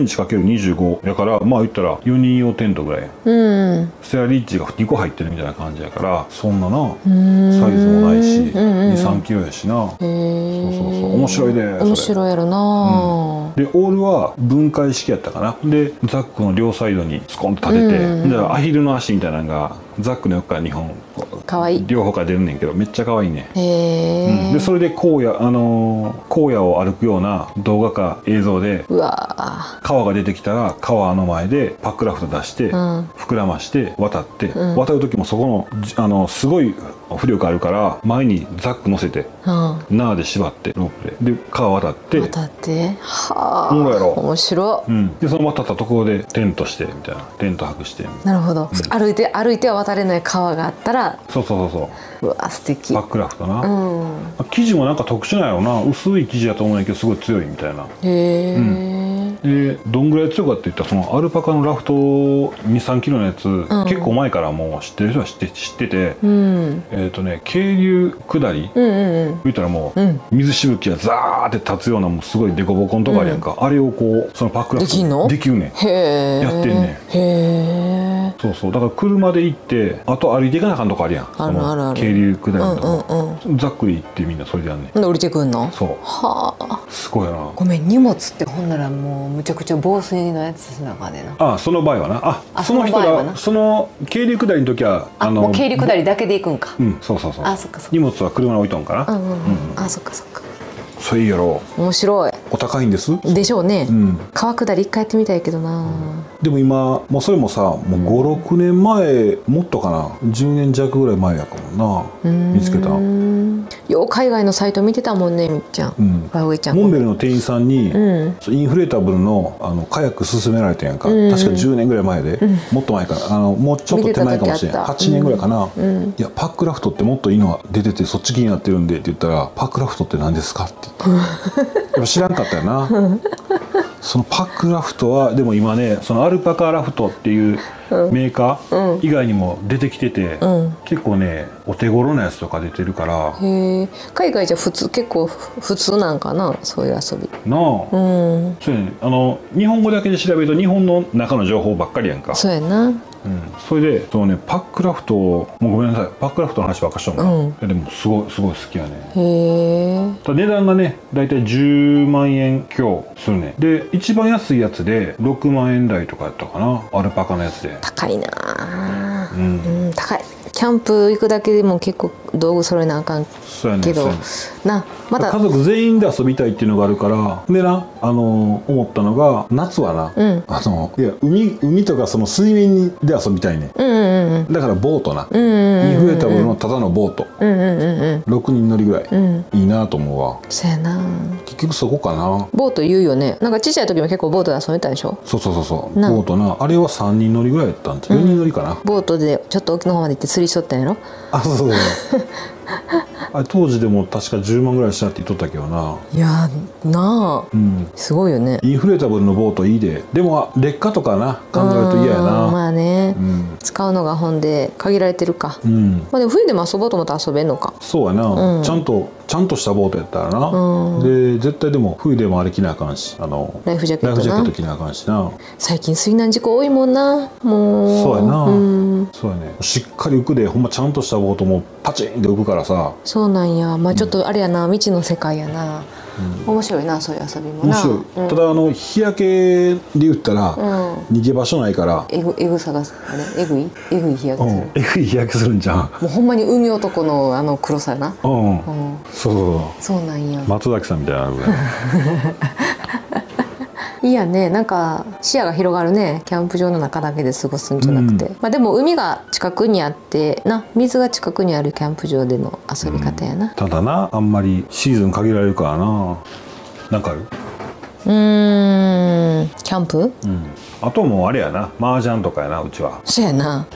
Speaker 2: 50cm×25 やからまあ言ったら4人用テントぐらい
Speaker 3: うん
Speaker 2: ステラリッチが2個入ってるみたいな感じやからそんなな
Speaker 3: ーん
Speaker 2: サイズもないし
Speaker 3: うんうんうん
Speaker 2: 23キロやしな
Speaker 3: へえ
Speaker 2: そうそうそう面白いねそれ
Speaker 3: 面白いやろな、
Speaker 2: でオールは分解式やったかなでザックの両サイドにスコンと立てて、
Speaker 3: うんうんうん
Speaker 2: じゃあアヒルの足みたいなのがザックの横から2本
Speaker 3: かわいい
Speaker 2: 両方から出るねんけどめっちゃ可愛いね
Speaker 3: へ
Speaker 2: うん
Speaker 3: え、
Speaker 2: でそれで荒野、あのー荒野を歩くような動画か映像で
Speaker 3: うわ
Speaker 2: 川が出てきたら川の前でパックラフト出して、
Speaker 3: ん
Speaker 2: 膨らまして渡って、
Speaker 3: うん
Speaker 2: 渡る時もそこのじあのすごい浮力あるから前にザック乗せて
Speaker 3: ーうん
Speaker 2: 縄で縛ってロープでで川渡って、
Speaker 3: 渡ってはあ
Speaker 2: おもろいやろ
Speaker 3: 面白い、
Speaker 2: うん、でその渡ったところでテントしてみたいなテント泊して
Speaker 3: なるほど、歩いて歩いては渡れない川があったら
Speaker 2: そうそうそうそう
Speaker 3: わ素敵
Speaker 2: うパックラフトな、
Speaker 3: うん
Speaker 2: 生地もなんか特殊なんやろな薄い生地やと思うんやけどすごい強いみたいな
Speaker 3: へえ、
Speaker 2: う
Speaker 3: うん
Speaker 2: でどんぐらい強いかって言ったらそのアルパカのラフト23キロのやつ、結構前からもう知ってる人は知って知ってて、
Speaker 3: うん
Speaker 2: えっ、とね渓流下り、
Speaker 3: うんうん
Speaker 2: 言ったらもう、
Speaker 3: うん
Speaker 2: 水しぶきがザーって立つようなもうすごい凸凹のとこあるやんか、あれをこうそのパックラフト
Speaker 3: できんの
Speaker 2: できるねん
Speaker 3: へえ
Speaker 2: やってんね
Speaker 3: へえ
Speaker 2: そうそうだから車で行ってあと歩いていかなあかんとこあるやん
Speaker 3: ある
Speaker 2: その
Speaker 3: あるある
Speaker 2: 渓流下り
Speaker 3: う
Speaker 2: の
Speaker 3: ん
Speaker 2: と
Speaker 3: うん
Speaker 2: こ、
Speaker 3: うん
Speaker 2: ざっくり行ってみんなそれでやんねん
Speaker 3: ほんで降りてくんの
Speaker 2: そ
Speaker 3: はあ
Speaker 2: うすごいよな
Speaker 3: ごめん荷物ってほんならもうむちゃくちゃ防水のやつなかでな
Speaker 2: あその場合はなあ
Speaker 3: あ
Speaker 2: その人
Speaker 3: その場合は
Speaker 2: ら
Speaker 3: な
Speaker 2: その渓流下りの時は
Speaker 3: あもう経理下りだけで行くんか
Speaker 2: うんそうそうそう
Speaker 3: あそっかそっか
Speaker 2: 荷物は車に置いとんか
Speaker 3: う
Speaker 2: な、
Speaker 3: んうんうんあそっかそっか
Speaker 2: それいいやろ
Speaker 3: 面白い
Speaker 2: お高いんです
Speaker 3: でしょうね、
Speaker 2: うん
Speaker 3: 川下り一回やってみたいけどな、
Speaker 2: でも今もうそれもさもう56年前もっとかな10年弱ぐらい前やかもな見つけた
Speaker 3: うーんよう海外のサイト見てたもんねみっちゃん、
Speaker 2: うん
Speaker 3: バウエちゃん
Speaker 2: モンベルの店員さんに、
Speaker 3: うん
Speaker 2: インフレータブルのあのカヤック勧められてんやんか、
Speaker 3: うん
Speaker 2: 確か10年ぐらい前で、もっと前かなあのもうちょっと手前かもしれない
Speaker 3: 見てた時あった
Speaker 2: 8年ぐらいかな、
Speaker 3: うんうん
Speaker 2: いやパックラフトってもっといいのが出ててそっち気になってるんでって言ったら「パックラフトって何ですか?」って言 ったやっぱ知らんかったよなそのパックラフトはでも今ねそのアルパカラフトっていうメーカー以外にも出てきてて、
Speaker 3: うん
Speaker 2: 結構ねお手頃なやつとか出てるから、
Speaker 3: へえ海外じゃ普通結構ふ普通なんかなそういう遊び
Speaker 2: なあ
Speaker 3: うん
Speaker 2: そうやねあの日本語だけで調べると日本の中の情報ばっかりやんか
Speaker 3: そうやな
Speaker 2: うん、それでそのねパックラフトもうごめんなさいパックラフトの話ばっかしとんな、
Speaker 3: うん
Speaker 2: いやでもすごいすごい好きやね
Speaker 3: へえ
Speaker 2: ただ値段がねだいたい10万円強するねで一番安いやつで6万円台とかやったかなアルパカのやつで
Speaker 3: 高いな
Speaker 2: う、ん
Speaker 3: うん、高いキャンプ行くだけでも結構道具揃えなあかん
Speaker 2: そうやね
Speaker 3: け
Speaker 2: そう
Speaker 3: ど
Speaker 2: やね
Speaker 3: なまだ
Speaker 2: 家族全員で遊びたいっていうのがあるからでなあの思ったのが夏はな、
Speaker 3: うん
Speaker 2: あのいや海海とかその水面にで遊びたいね
Speaker 3: うんうんうん
Speaker 2: だからボートな、
Speaker 3: うんうん
Speaker 2: インフレータブルのただのボート
Speaker 3: うんうんうんうん
Speaker 2: 6人乗りぐらい、
Speaker 3: うん
Speaker 2: いいなと思うわ
Speaker 3: そうやな
Speaker 2: 結局そこかな
Speaker 3: ボート言うよねなんかちっちゃい時も結構ボートで遊んでたでしょ
Speaker 2: そうそうそうそう
Speaker 3: な
Speaker 2: ボートなあれは3人乗りぐらいやったんちゃう4人乗りかな、
Speaker 3: ボートでちょっと沖の方まで行って釣りしとったんやろ
Speaker 2: あそうそ うそうあれ当時でも確か10万ぐらいしたって言っとったけどない
Speaker 3: やーなあ
Speaker 2: うん
Speaker 3: すごいよね
Speaker 2: インフレータブルのボートいいででもあ劣化とかな考えると嫌や
Speaker 3: うんま
Speaker 2: な
Speaker 3: あね、
Speaker 2: うん、
Speaker 3: 使うのが本で限られてるか、
Speaker 2: うん、
Speaker 3: まあでも冬でも遊ぼうと思ったら遊べんのか
Speaker 2: そうやな、
Speaker 3: うん
Speaker 2: ちゃんとちゃんとしたボートやったらな、
Speaker 3: う
Speaker 2: で絶対でも冬でもあれ着なあかんしあの
Speaker 3: ライフジャケ
Speaker 2: ライ
Speaker 3: ッ
Speaker 2: フ
Speaker 3: ト
Speaker 2: ジャ
Speaker 3: な
Speaker 2: ケット着なあかんしな
Speaker 3: 最近水難事故多いもんなもう
Speaker 2: そうやな、
Speaker 3: うん
Speaker 2: そうやねしっかり浮くでほんまちゃんとしたボートもパチンって浮くからさ
Speaker 3: そうなんやまあちょっとあれやな未知の世界やな、面白いなそういう遊びも
Speaker 2: 面
Speaker 3: な
Speaker 2: 白い、ただあの日焼けで言ったら、
Speaker 3: うん、うん、
Speaker 2: 逃げ場所ないから、
Speaker 3: えぐえぐさがあれえぐいえぐい日焼
Speaker 2: う
Speaker 3: けする、
Speaker 2: ん、えぐい 日焼けするんじゃん
Speaker 3: もうほんまに海男のあの黒さやな、
Speaker 2: うん、
Speaker 3: う、
Speaker 2: そうんそうそ
Speaker 3: そうなんや、
Speaker 2: う松崎さんみたいなぐらい
Speaker 3: いいやねなんか視野が広がるねキャンプ場の中だけで過ごすんじゃなくて、
Speaker 2: う
Speaker 3: まあでも海が近くにあってな水が近くにあるキャンプ場での遊び方やな
Speaker 2: ただなあんまりシーズン限られるからななんかある、
Speaker 3: うーんキャンプ
Speaker 2: うん、あともうあれやな麻雀とかやなうちは
Speaker 3: そうやな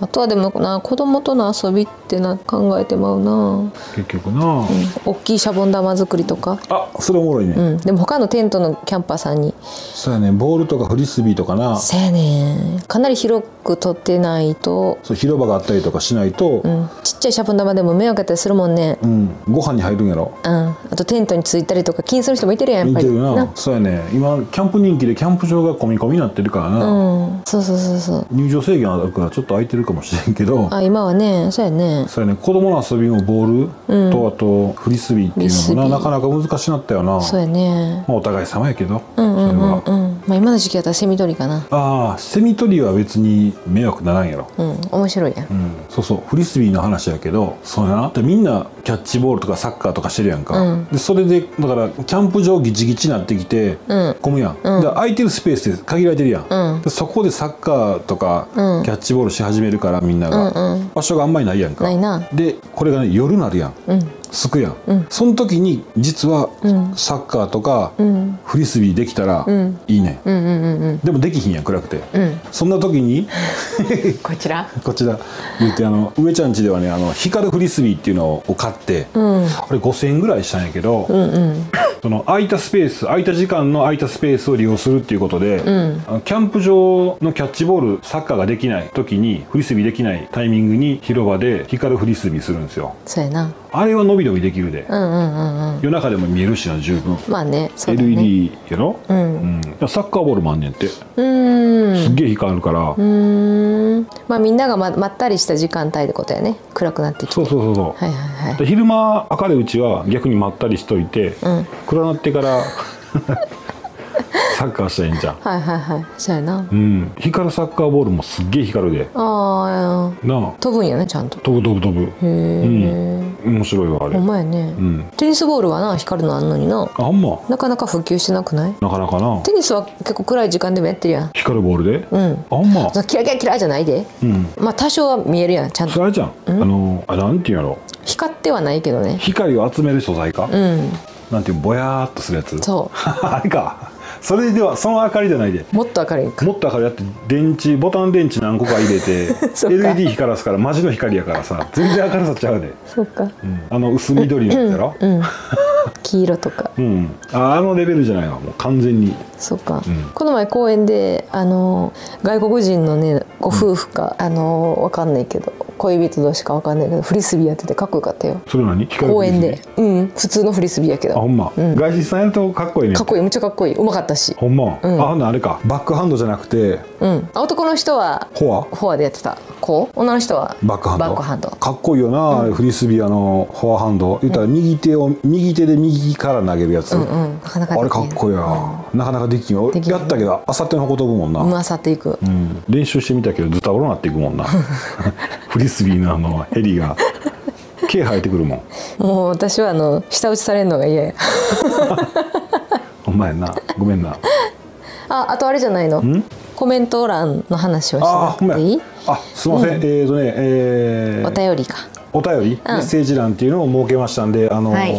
Speaker 3: あとはでもな子供との遊びってな考えてまうな、うん、
Speaker 2: 結局な、
Speaker 3: 大きいシャボン玉作りとか
Speaker 2: あそれおもろいね、
Speaker 3: うんでも他のテントのキャンパーさんに
Speaker 2: そうやねボールとかフリスビーとかな
Speaker 3: せやねんかなり広く取ってないと、
Speaker 2: そう広場があったりとかしないと
Speaker 3: う、ん、ちっちゃいシャボン玉でも迷惑やったりするもんね
Speaker 2: うんご飯に入るんやろ
Speaker 3: うん、あとテントについたりとか気にする人もいてるやんやっ
Speaker 2: 見
Speaker 3: ぱ
Speaker 2: て
Speaker 3: り
Speaker 2: るなそうやね今キャンプ人気でキャンプ場が込み込みになってるからな、
Speaker 3: うんそうそうそうそう
Speaker 2: 入場制限あるからちょっと空いてるかもしれんけど
Speaker 3: あ今はねそうやね
Speaker 2: そうやね子供の遊びもボール、
Speaker 3: うん
Speaker 2: とあとフリスビーっていうのもななかなか難しなったよな
Speaker 3: そうやね
Speaker 2: まあお互い様やけど、
Speaker 3: うんうんうん
Speaker 2: それは
Speaker 3: うんまあ今の時期やったらセミ取りかな
Speaker 2: ああセミ取りは別に迷惑ならんやろ
Speaker 3: うん面白いやん
Speaker 2: うん、そうそうフリスビーの話やけどそうやなでみんなキャッチボールとかサッカーとかしてるやんか、
Speaker 3: うん
Speaker 2: でそれでだからキャンプ場ギチギチになってきて
Speaker 3: うん
Speaker 2: 混むやん、
Speaker 3: うん
Speaker 2: で空いてるスペースで限られてるやん、
Speaker 3: うん
Speaker 2: でそこでサッカーとかキ
Speaker 3: うん
Speaker 2: ャッチボールし始めるからみんなが、
Speaker 3: うんうん
Speaker 2: 場所があんまりないやんか
Speaker 3: ないな
Speaker 2: でこれがね夜なるやん
Speaker 3: うん
Speaker 2: すくやん、
Speaker 3: うん
Speaker 2: その時に実は
Speaker 3: うん
Speaker 2: サッカーとか
Speaker 3: うん
Speaker 2: フリスビーできたら
Speaker 3: うん
Speaker 2: いいね、
Speaker 3: うんうんうんうん
Speaker 2: でもできひんやん暗くて、
Speaker 3: うん
Speaker 2: そんな時に
Speaker 3: こちら
Speaker 2: こちら言ってあの上ちゃん家ではねあの光るフリスビーっていうのを買って、
Speaker 3: うん
Speaker 2: あれ5000円ぐらいしたんやけど、
Speaker 3: うんうん
Speaker 2: その空いたスペース空いた時間の空いたスペースを利用するっていうことで、
Speaker 3: ん
Speaker 2: あのキャンプ場のキャッチボールサッカーができない時にフリスビーできないタイミングに広場で光るフリスビーするんですよ
Speaker 3: そうやな
Speaker 2: あれは伸び伸びできるで、
Speaker 3: うんうんうんうん
Speaker 2: 夜中でも見えるしな十分、
Speaker 3: まあねそうだね
Speaker 2: LED やろ、
Speaker 3: うん
Speaker 2: うんサッカーボールもあんねんってす
Speaker 3: うー
Speaker 2: っ
Speaker 3: ん
Speaker 2: げえ光るから、
Speaker 3: うーんまあみんながままったりした時間帯ってことやね暗くなってきて
Speaker 2: そうそうそうそう、
Speaker 3: はいはいはい
Speaker 2: で昼間明るいうちは逆にまったりしといて、
Speaker 3: ん
Speaker 2: 暗なってからサッカーしたらいいんじゃん
Speaker 3: はいはいはいそうやな
Speaker 2: うん光るサッカーボールもすっげえ光るで
Speaker 3: あー
Speaker 2: なあ
Speaker 3: 飛ぶんやねちゃんと
Speaker 2: 飛ぶ飛ぶ飛ぶ
Speaker 3: へえ
Speaker 2: 面白いわあれ
Speaker 3: ほん
Speaker 2: あ
Speaker 3: まやね、
Speaker 2: ん
Speaker 3: テニスボールはな光るのあんのにな
Speaker 2: ほんま
Speaker 3: なかなか普及してなくない
Speaker 2: なかなかな
Speaker 3: テニスは結構暗い時間でもやってるやん
Speaker 2: 光るボールで、
Speaker 3: う
Speaker 2: あ
Speaker 3: ん
Speaker 2: ほんま
Speaker 3: そのキラキラキラじゃないで
Speaker 2: うん
Speaker 3: まあ多少は見えるやんちゃん
Speaker 2: そ
Speaker 3: と
Speaker 2: れあれじゃん、あのあなんていうんやろ
Speaker 3: 光ってはないけどね
Speaker 2: 光を集める素材か、
Speaker 3: うん
Speaker 2: なんていうぼやーっとするやつ
Speaker 3: そ
Speaker 2: あれかそれではその明かりじゃないで
Speaker 3: うもっと明るいか
Speaker 2: もっと明るいやって電池ボタン電池何個か入れて
Speaker 3: そっか
Speaker 2: LED 光らすからマジの光やからさ全然明るさちゃうで、
Speaker 3: そうか
Speaker 2: うんあの薄緑のやつやろ
Speaker 3: うん黄色とか
Speaker 2: うん、ああのレベルじゃないわもう完全に
Speaker 3: そうか、
Speaker 2: うん
Speaker 3: この前公園であの外国人のねご夫婦か、あのわかんないけど恋人同士かわかんないけどフリスビーやっててかっこよかったよ
Speaker 2: それ何光る
Speaker 3: 公園でうん普通のフリスビーやけ
Speaker 2: あほ
Speaker 3: ど
Speaker 2: んま、
Speaker 3: うん
Speaker 2: 外人さんやるとかっこいいね
Speaker 3: かっこいいめっちゃかっこいいうまかったし
Speaker 2: ほんま、
Speaker 3: うん
Speaker 2: あほんならあれかバックハンドじゃなくて
Speaker 3: うん、男の人は
Speaker 2: フォア
Speaker 3: フォアでやってた子女の人は
Speaker 2: バックハンド
Speaker 3: バックハンド
Speaker 2: かっこいいよな、フリスビーあのフォアハンド言ったら右手を右手で右から投げるやつ、
Speaker 3: うんうんなかなか
Speaker 2: あれかっこいい
Speaker 3: い
Speaker 2: な、なかなかできんよ
Speaker 3: できん
Speaker 2: やったけどあさってのこと飛ぶもんな、
Speaker 3: うさっていく
Speaker 2: うん練習してみたけどズタボロになっていく もんなフリスビーのあのヘリが毛生えてくるもん
Speaker 3: もう私はあの舌打ちされるのが嫌や
Speaker 2: ほんまやなごめんな
Speaker 3: ああとあれじゃないの
Speaker 2: ん
Speaker 3: コメント欄の話をし
Speaker 2: あー
Speaker 3: な
Speaker 2: ほんま
Speaker 3: く
Speaker 2: や
Speaker 3: ていい
Speaker 2: あすいません、えーとねえー
Speaker 3: お便りか
Speaker 2: お便り、メッセージ欄っていうのを設けましたんであの、
Speaker 3: はい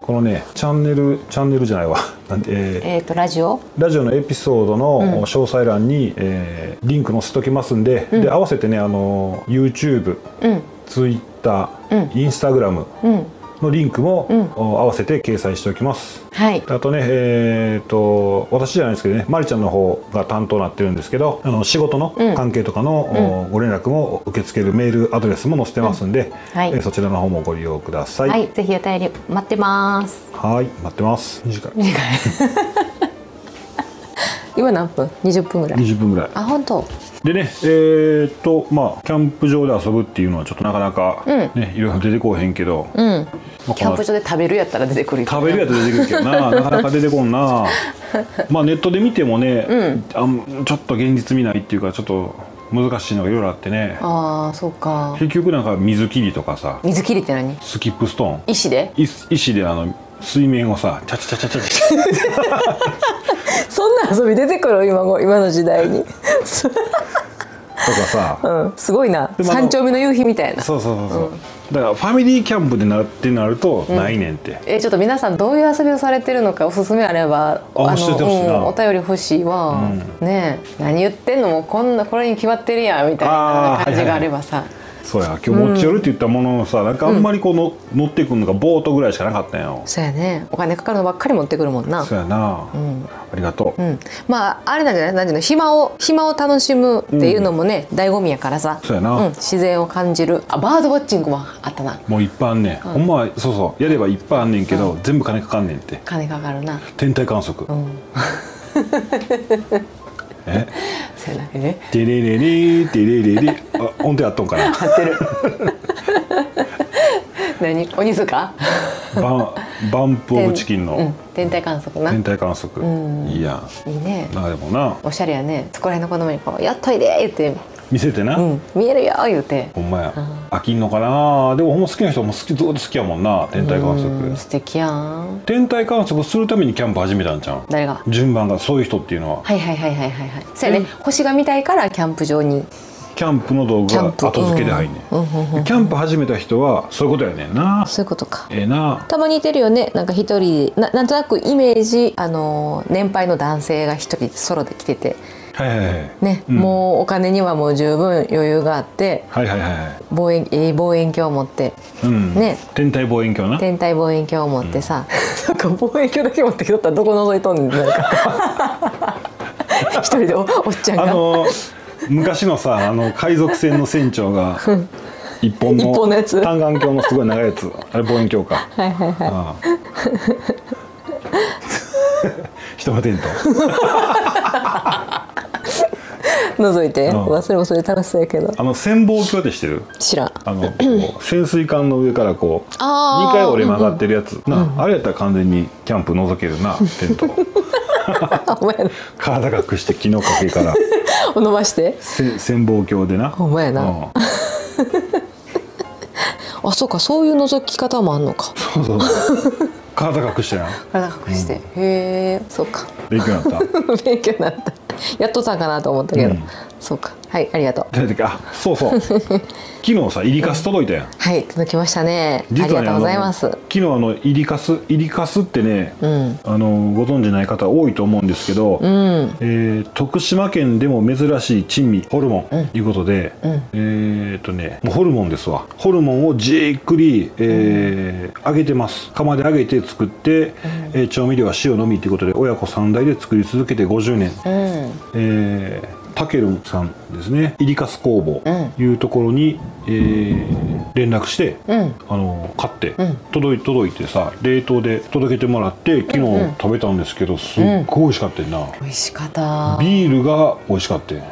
Speaker 2: このねチャンネルチャンネルじゃないわなんて、えー
Speaker 3: えっ、とラジオ
Speaker 2: ラジオのエピソードの詳細欄に、えーリンク載せときますんで,、で合わせてねあの YouTube、
Speaker 3: うん
Speaker 2: Twitter、
Speaker 3: ん
Speaker 2: Instagram
Speaker 3: うん
Speaker 2: のリンクも、
Speaker 3: ん
Speaker 2: お合わせて掲載しておきます。
Speaker 3: はい
Speaker 2: あとね、えー、と私じゃないですけどねまりちゃんの方が担当になってるんですけどあの仕事の
Speaker 3: うん
Speaker 2: 関係とかの、おご連絡も受け付けるメールアドレスも載せてますんで、
Speaker 3: うんはい
Speaker 2: えーそちらの方もご利用ください。
Speaker 3: はい、ぜひお便り待ってます。
Speaker 2: はい待ってます。2時間
Speaker 3: 今何分？二十分ぐらい。
Speaker 2: 20分ぐらい
Speaker 3: あ、本当。
Speaker 2: でねえーっとまあキャンプ場で遊ぶっていうのはちょっとなかなか、ねいろいろ出てこうへんけど、ま
Speaker 3: うん。
Speaker 2: あ
Speaker 3: キャンプ場で食べるやったら出てくるよ。
Speaker 2: 食べるやつ出てくるけどななかなか出てこんなまあネットで見てもね、あんちょっと現実見ないっていうかちょっと難しいのがいろいろあってね
Speaker 3: ああ、そうか。
Speaker 2: 結局なんか水切りとかさ
Speaker 3: 水切りって何？
Speaker 2: スキップストーン
Speaker 3: 石で？
Speaker 2: い石であの水面をさチャチャチャチャチャチャ
Speaker 3: そんな遊び出てくる今ご今の時代 に。
Speaker 2: とかさ
Speaker 3: うん、すごいな。
Speaker 2: でもあの
Speaker 3: 三丁目の夕日みたいな。
Speaker 2: そうそうそうそう、だからファミリーキャンプでなってなるとないねんって、
Speaker 3: えーちょっと皆さんどういう遊びをされてるのかおすすめあれば
Speaker 2: あ教えてほしいな
Speaker 3: うんお便り欲しいわ、ねえ何言ってんのもうこんなこれに決まってるやんみたい
Speaker 2: あ
Speaker 3: な感
Speaker 2: ーはいは
Speaker 3: じ
Speaker 2: い
Speaker 3: があればさ、
Speaker 2: そうや今日持ち寄るって言ったもののさ、なんかあんまりこうの、乗ってくるのがボートぐらいしかなかったんよ、
Speaker 3: そうやねお金かかるのばっかり持ってくるもんな
Speaker 2: そうやな、ありがとう、
Speaker 3: うん、まああれなんじゃない何ていうの暇を暇を楽しむっていうのもね、醍醐味やからさ、
Speaker 2: そうやなん
Speaker 3: 自然を感じるあバードウォッチングもあったな
Speaker 2: もういっぱいあんねん、ほんまはそうそうやればいっぱいあんねんけど、全部金かかんねんって
Speaker 3: 金かかるな
Speaker 2: 天体観測、 え
Speaker 3: そうやなね
Speaker 2: デレレレデレレレあ音程あっとんか な
Speaker 3: 合ってる何鬼塚
Speaker 2: バンバンプオブチキ
Speaker 3: う
Speaker 2: ン
Speaker 3: ん
Speaker 2: の
Speaker 3: 天体観測な
Speaker 2: 天体観測、
Speaker 3: ん
Speaker 2: いいや
Speaker 3: いいね
Speaker 2: んなんかでもな
Speaker 3: おしゃれやねそこら辺の子供にこう「やっといで!」言って
Speaker 2: 見せて
Speaker 3: 「
Speaker 2: な、
Speaker 3: うん見えるよ!」言うて
Speaker 2: ほんまや、飽きんのかなでもほんま好きな人も好きずっと好きやもんな天体観測
Speaker 3: うん素敵やん
Speaker 2: 天体観測するためにキャンプ始めたんじゃん
Speaker 3: 誰が
Speaker 2: 順番がそういう人っていうのは
Speaker 3: はいはいはいはいはいはいそうやね星が見たいからキャンプ場に
Speaker 2: キャンプの道具
Speaker 3: キャ
Speaker 2: は
Speaker 3: ンプ
Speaker 2: 後付けで入んね
Speaker 3: うんうんうんうん
Speaker 2: んキャンプ始めた人はそういうことやねんな
Speaker 3: そういうことか
Speaker 2: ええな
Speaker 3: たまにいてるよねなんか一人ななんとなくイメージあのー年配の男性が一人ソロで来てて
Speaker 2: はいはいはい
Speaker 3: ね、
Speaker 2: うん
Speaker 3: もうお金にはもう十分余裕があって
Speaker 2: はいはいはいはい
Speaker 3: 望遠えー望遠鏡を持って
Speaker 2: うん
Speaker 3: ね
Speaker 2: 天体望遠鏡な
Speaker 3: 天体望遠鏡を持ってさ、なんか望遠鏡だけ持ってきとったらどこ覗いとんねんなんか 一人でおおっちゃん
Speaker 2: あ
Speaker 3: が
Speaker 2: の昔のさあの海賊船の船長が一本
Speaker 3: 一
Speaker 2: の
Speaker 3: 本のやつ
Speaker 2: 単眼鏡のすごい長いやつあれ望遠鏡か
Speaker 3: はいはいはい
Speaker 2: ああ 一目テント
Speaker 3: 覗いて、
Speaker 2: う
Speaker 3: うんわそれもそれで楽しそうやけど
Speaker 2: あの潜望鏡って知ってる
Speaker 3: 知らん
Speaker 2: あのこう潜水艦の上からこう
Speaker 3: あー
Speaker 2: 2回折れ曲がってるやつなあれやったら完全にキャンプ覗けるなテント
Speaker 3: あ お前な
Speaker 2: 体隠して木の陰から
Speaker 3: お伸ばして
Speaker 2: せ潜望鏡でな
Speaker 3: ほんまやな
Speaker 2: うん
Speaker 3: あそうかそういう覗き方もあんのか
Speaker 2: そうそうそう体隠してな
Speaker 3: 体隠して、へえそうか
Speaker 2: 勉強になっ た
Speaker 3: 勉強になったやっとったんかなと思ったけど、
Speaker 2: うん
Speaker 3: そうかはいありがとう
Speaker 2: 出てきあそうそう昨日さイリカス届いたやん
Speaker 3: はい届きましたねあり
Speaker 2: 実
Speaker 3: が
Speaker 2: はね
Speaker 3: とうございま
Speaker 2: あ
Speaker 3: す
Speaker 2: の昨日あのイリカスイリカスってね、
Speaker 3: うん
Speaker 2: あのご存じない方多いと思うんですけど、
Speaker 3: うん
Speaker 2: えー徳島県でも珍しい珍味ホルモンということで、
Speaker 3: うん
Speaker 2: えーっとねもうホルモンですわホルモンをじっくり、えー揚げてます釜で揚げて作って、えー調味料は塩のみということで親子3代で作り続けて50
Speaker 3: う
Speaker 2: 年
Speaker 3: ん
Speaker 2: えータケルンさんですねイリカス工房
Speaker 3: う
Speaker 2: いうところに、えー連絡して、
Speaker 3: うん
Speaker 2: あの買って、
Speaker 3: ん
Speaker 2: 届い届いてさ冷凍で届けてもらって昨日食べたんですけどすっごい美味しかったよな、
Speaker 3: 美味しかった
Speaker 2: ビールが美味し かったよ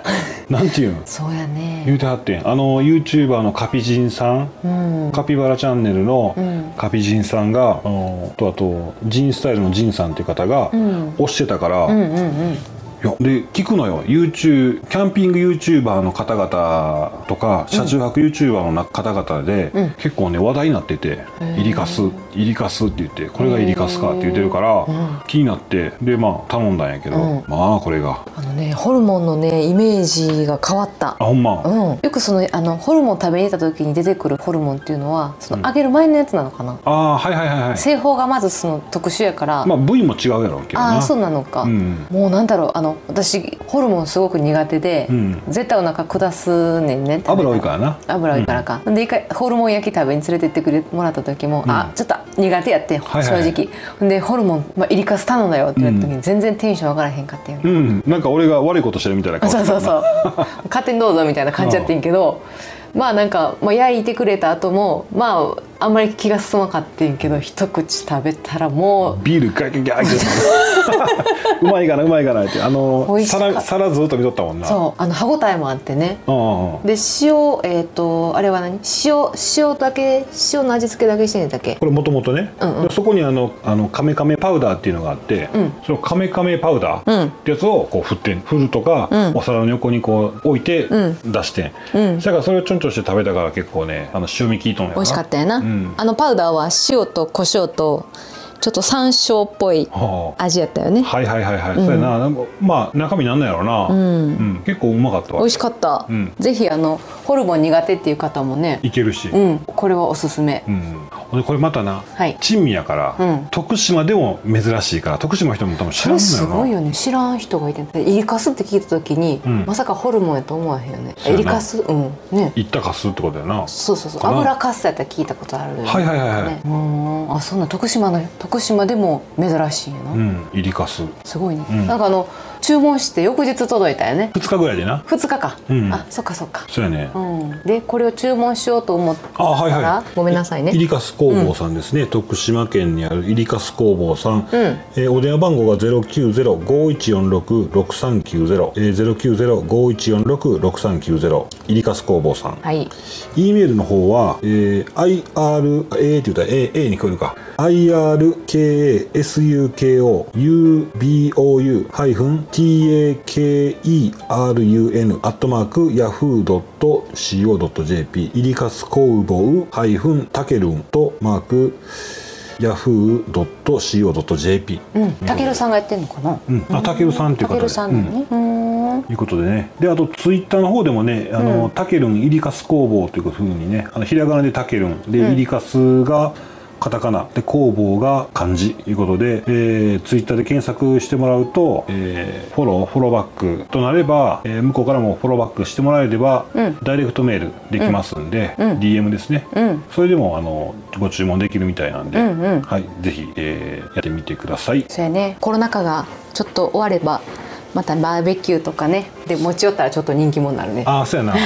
Speaker 2: なんていうん
Speaker 3: そうや
Speaker 2: 言
Speaker 3: ね
Speaker 2: うてはってんあの YouTuber のカピジンさん
Speaker 3: うん
Speaker 2: カピバラチャンネルの
Speaker 3: うん
Speaker 2: カピジンさんが、あのとあとジンスタイルのジンさんっていう方が
Speaker 3: うん
Speaker 2: 推してたから、
Speaker 3: うんうん
Speaker 2: いやで聞くのよ YouTube キャンピング YouTuber の方々とか車中泊 YouTuber のな方々で、
Speaker 3: うん
Speaker 2: 結構ね話題になってて「イリカスイリカス」って言って「これがイリカスか」って言ってるから、気になってでまあ頼んだんやけど、
Speaker 3: うん
Speaker 2: まあこれが
Speaker 3: あのねホルモンのねイメージが変わった
Speaker 2: あほんま、
Speaker 3: うん、よくそのあのホルモン食べに行った時に出てくるホルモンっていうのはその揚げる前のやつなのかな、
Speaker 2: ああはいはいはいはい
Speaker 3: 製法がまずその特殊やから、
Speaker 2: まあ部位も違うやろうけど
Speaker 3: あ
Speaker 2: な
Speaker 3: あそうなのか、
Speaker 2: うん
Speaker 3: もうなんだろうあの私ホルモンすごく苦手で、
Speaker 2: うん
Speaker 3: 絶対お腹下すねんね
Speaker 2: 油多いからな
Speaker 3: 油多いからか、で一回ホルモン焼き食べに連れてってくれもらった時も、あちょっと苦手やって、
Speaker 2: はいはいはい
Speaker 3: 正直ほんでホルモン、まあ、イリカス頼んだよって言われた時に全然テンション上がらへんかったよ、
Speaker 2: うんなんか俺が悪いことしてるみたいな顔
Speaker 3: そうそう
Speaker 2: う
Speaker 3: そう勝手にどうぞみたいな感じやってんけどまあなんか、まあ、焼いてくれた後もまああんまり気が進まかってんけど一口食べたらもう
Speaker 2: ビールガキャギャギャ うまいかなうまいかなってあの
Speaker 3: 美味しかった
Speaker 2: 皿皿ずっと見とったもんな
Speaker 3: そうあの歯ごたえもあってね
Speaker 2: うんうんうん
Speaker 3: で塩えっ、とあれは何塩塩だけ塩の味付けだけしてんだっけ
Speaker 2: これもともとね、
Speaker 3: うんうん
Speaker 2: でそこにあのあのカメカメパウダーっていうのがあって、
Speaker 3: うん
Speaker 2: そのカメカメパウダ
Speaker 3: う
Speaker 2: ー
Speaker 3: ん
Speaker 2: ってやつをこう振ってん振るとか、
Speaker 3: うん
Speaker 2: お皿の横にこう置いて
Speaker 3: う
Speaker 2: 出して
Speaker 3: うん
Speaker 2: だからそれをちょんちょんして食べたから結構ねあの塩味効いとんやろな
Speaker 3: 美味しかったよな、
Speaker 2: うん
Speaker 3: あのパウダーは塩と胡椒とちょっと山椒っぽい
Speaker 2: はあ
Speaker 3: 味やったよね
Speaker 2: はいはいはいはい、そうやななんかまあ中身なんなんやろうな、
Speaker 3: うん
Speaker 2: うん結構うまかったわ
Speaker 3: 美味しかった、
Speaker 2: うん
Speaker 3: ぜひあのホルモン苦手っていう方もね
Speaker 2: いけるし、
Speaker 3: うんこれはおすすめ
Speaker 2: うんでこれまたな、
Speaker 3: はい
Speaker 2: 珍味やか
Speaker 3: う
Speaker 2: ら、
Speaker 3: ん
Speaker 2: 徳島でも珍しいから徳島の人も多分知
Speaker 3: そ
Speaker 2: らん
Speaker 3: れ
Speaker 2: のよな
Speaker 3: すごいよね知らん人がいてイリカスって聞いた時に、
Speaker 2: うん
Speaker 3: まさかホルモンやと思わへんよね
Speaker 2: そうや
Speaker 3: イ
Speaker 2: な
Speaker 3: リカスうんね
Speaker 2: 行ったかすってことやな
Speaker 3: そうそうそう
Speaker 2: かな
Speaker 3: 油かすやったら聞いたことあるよね
Speaker 2: はいはいはいはい
Speaker 3: ねうーんあそんな徳島の徳島でも珍しいんやな、
Speaker 2: うん入りかす
Speaker 3: すごいね、
Speaker 2: うん
Speaker 3: なんかあの注文して翌日届いたよね
Speaker 2: 2日ぐらいでな
Speaker 3: 2日か、
Speaker 2: うん
Speaker 3: あそっかそっか
Speaker 2: そうやね、
Speaker 3: うんでこれを注文しようと思った
Speaker 2: あはい
Speaker 3: ら
Speaker 2: はい
Speaker 3: ごめんなさい
Speaker 2: イ
Speaker 3: ね
Speaker 2: リカス工房さんですね、徳島県にあるイリカス工房さん、えーお電話番号が090-5146-6390、えー、090-5146-6390イリカス工房さん、
Speaker 3: はい、
Speaker 2: E メールの方は、えー、IRA って言ったら A, A に聞こえるか IRKASUKOUBOU-TAKERUN アットマーク yahoo.co.jp イリカス工房ハイフンタケルンとマーク yahoo.co.jp
Speaker 1: うん、たけるさんがやってんのかな。
Speaker 2: うん、あ、たけるさんっていう
Speaker 1: た
Speaker 2: 方
Speaker 1: け
Speaker 2: で。
Speaker 1: るさんだよ
Speaker 2: うん
Speaker 1: ね。うん。
Speaker 2: いうことでね。で、あと、ツイッターの方でもね、あの、たけるんいりかす工房というふうにね、あの、ひらがなでたけるん、で、いりかすが、カタカナで工房が漢字ということで、えー、ツイッターで検索してもらうと、えー、フォローフォローバックとなれば、えー、向こうからもフォローバックしてもらえれば、
Speaker 1: うん
Speaker 2: ダイレクトメールできますんで、
Speaker 1: うん
Speaker 2: DM ですね、
Speaker 1: うん。
Speaker 2: それでもあのご注文できるみたいなんで、
Speaker 1: うんうん
Speaker 2: はい、ぜひ、えーやってみてください。
Speaker 1: そうやね。
Speaker 3: コロナ禍がちょっと終わればまたバーベキューとかねで持ち寄ったらちょっと人気者になるね
Speaker 2: あ あ、そうやな。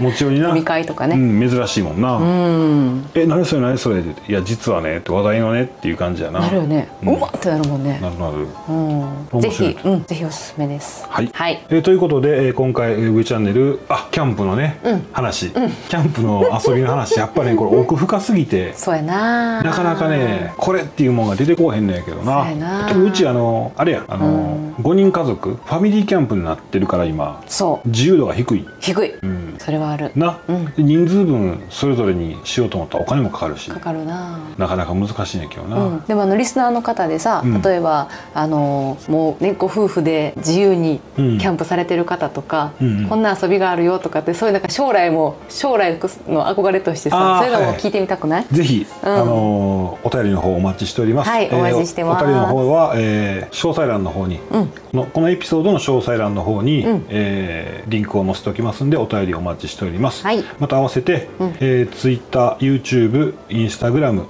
Speaker 2: もちろんな。
Speaker 3: 飲み会とかね
Speaker 2: うん、珍しいもんな。
Speaker 3: うん
Speaker 2: え、何それ何それって言っていや、実はね、って話題のねっていう感じやな。
Speaker 3: なるよね、
Speaker 2: う
Speaker 3: うんまってなるもんね
Speaker 2: なるなる。
Speaker 3: う
Speaker 2: 面
Speaker 3: んぜ
Speaker 2: 白い
Speaker 3: ひ、うん、ぜひおすすめです
Speaker 2: はい。
Speaker 3: はい
Speaker 2: えーということで、えー今回えー V チャンネルあキャンプのね、話、キャンプの遊びの話やっぱねこれ奥深すぎて
Speaker 3: そうやな
Speaker 2: なかなかねこれっていうもんが出てこうへんのやけどな
Speaker 3: そうやな
Speaker 2: 特にうちあのあれやあの、5人家族ファミリーキャンプになってるから今
Speaker 3: そう
Speaker 2: 自由度が低い、
Speaker 3: 低い
Speaker 2: うん、
Speaker 3: それはある
Speaker 2: な、
Speaker 3: うん
Speaker 2: 人数分それぞれにしようと思ったらお金もかかるし
Speaker 3: かかるな
Speaker 2: なかなか難しいんやけどな、
Speaker 3: うん、でもあのリスナーの方でさ、
Speaker 2: うん
Speaker 3: 例えばあのもう、ね、ご夫婦で自由にキ
Speaker 2: うん
Speaker 3: ャンプされてる方とか、
Speaker 2: うんうん
Speaker 3: こんな遊びがあるよとかってそういうなんか将来も将来の憧れとして
Speaker 2: あー
Speaker 3: さそういうのも
Speaker 2: はい
Speaker 3: 聞いてみたくない、
Speaker 2: ぜひ、
Speaker 3: うん
Speaker 2: あのーお便りの方お待ちしております。
Speaker 3: はいお待ちしてます
Speaker 2: おお便りの方は、えー詳細欄の方に、
Speaker 3: うん
Speaker 2: このこのエピソードの詳細欄の方に、
Speaker 3: うん
Speaker 2: えーリンクを載せておきますんでお便りお待ちしております。
Speaker 3: はい
Speaker 2: また合わせて、
Speaker 3: うん
Speaker 2: えー Twitter、YouTube、Instagram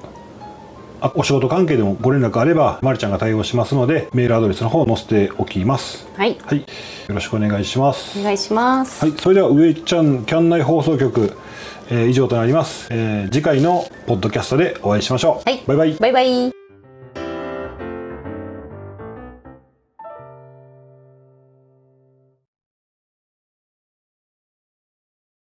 Speaker 2: あお仕事関係でもご連絡あればまるちゃんが対応しますのでメールアドレスの方を載せておきます。
Speaker 3: はい
Speaker 2: はい、よろしくお願いします。
Speaker 3: お願いします、
Speaker 2: はい、それでは上ちゃんキャン内放送局、えー以上となります、えー次回のポッドキャストでお会いしましょう、
Speaker 3: はい
Speaker 2: バイバイ
Speaker 3: バイバイ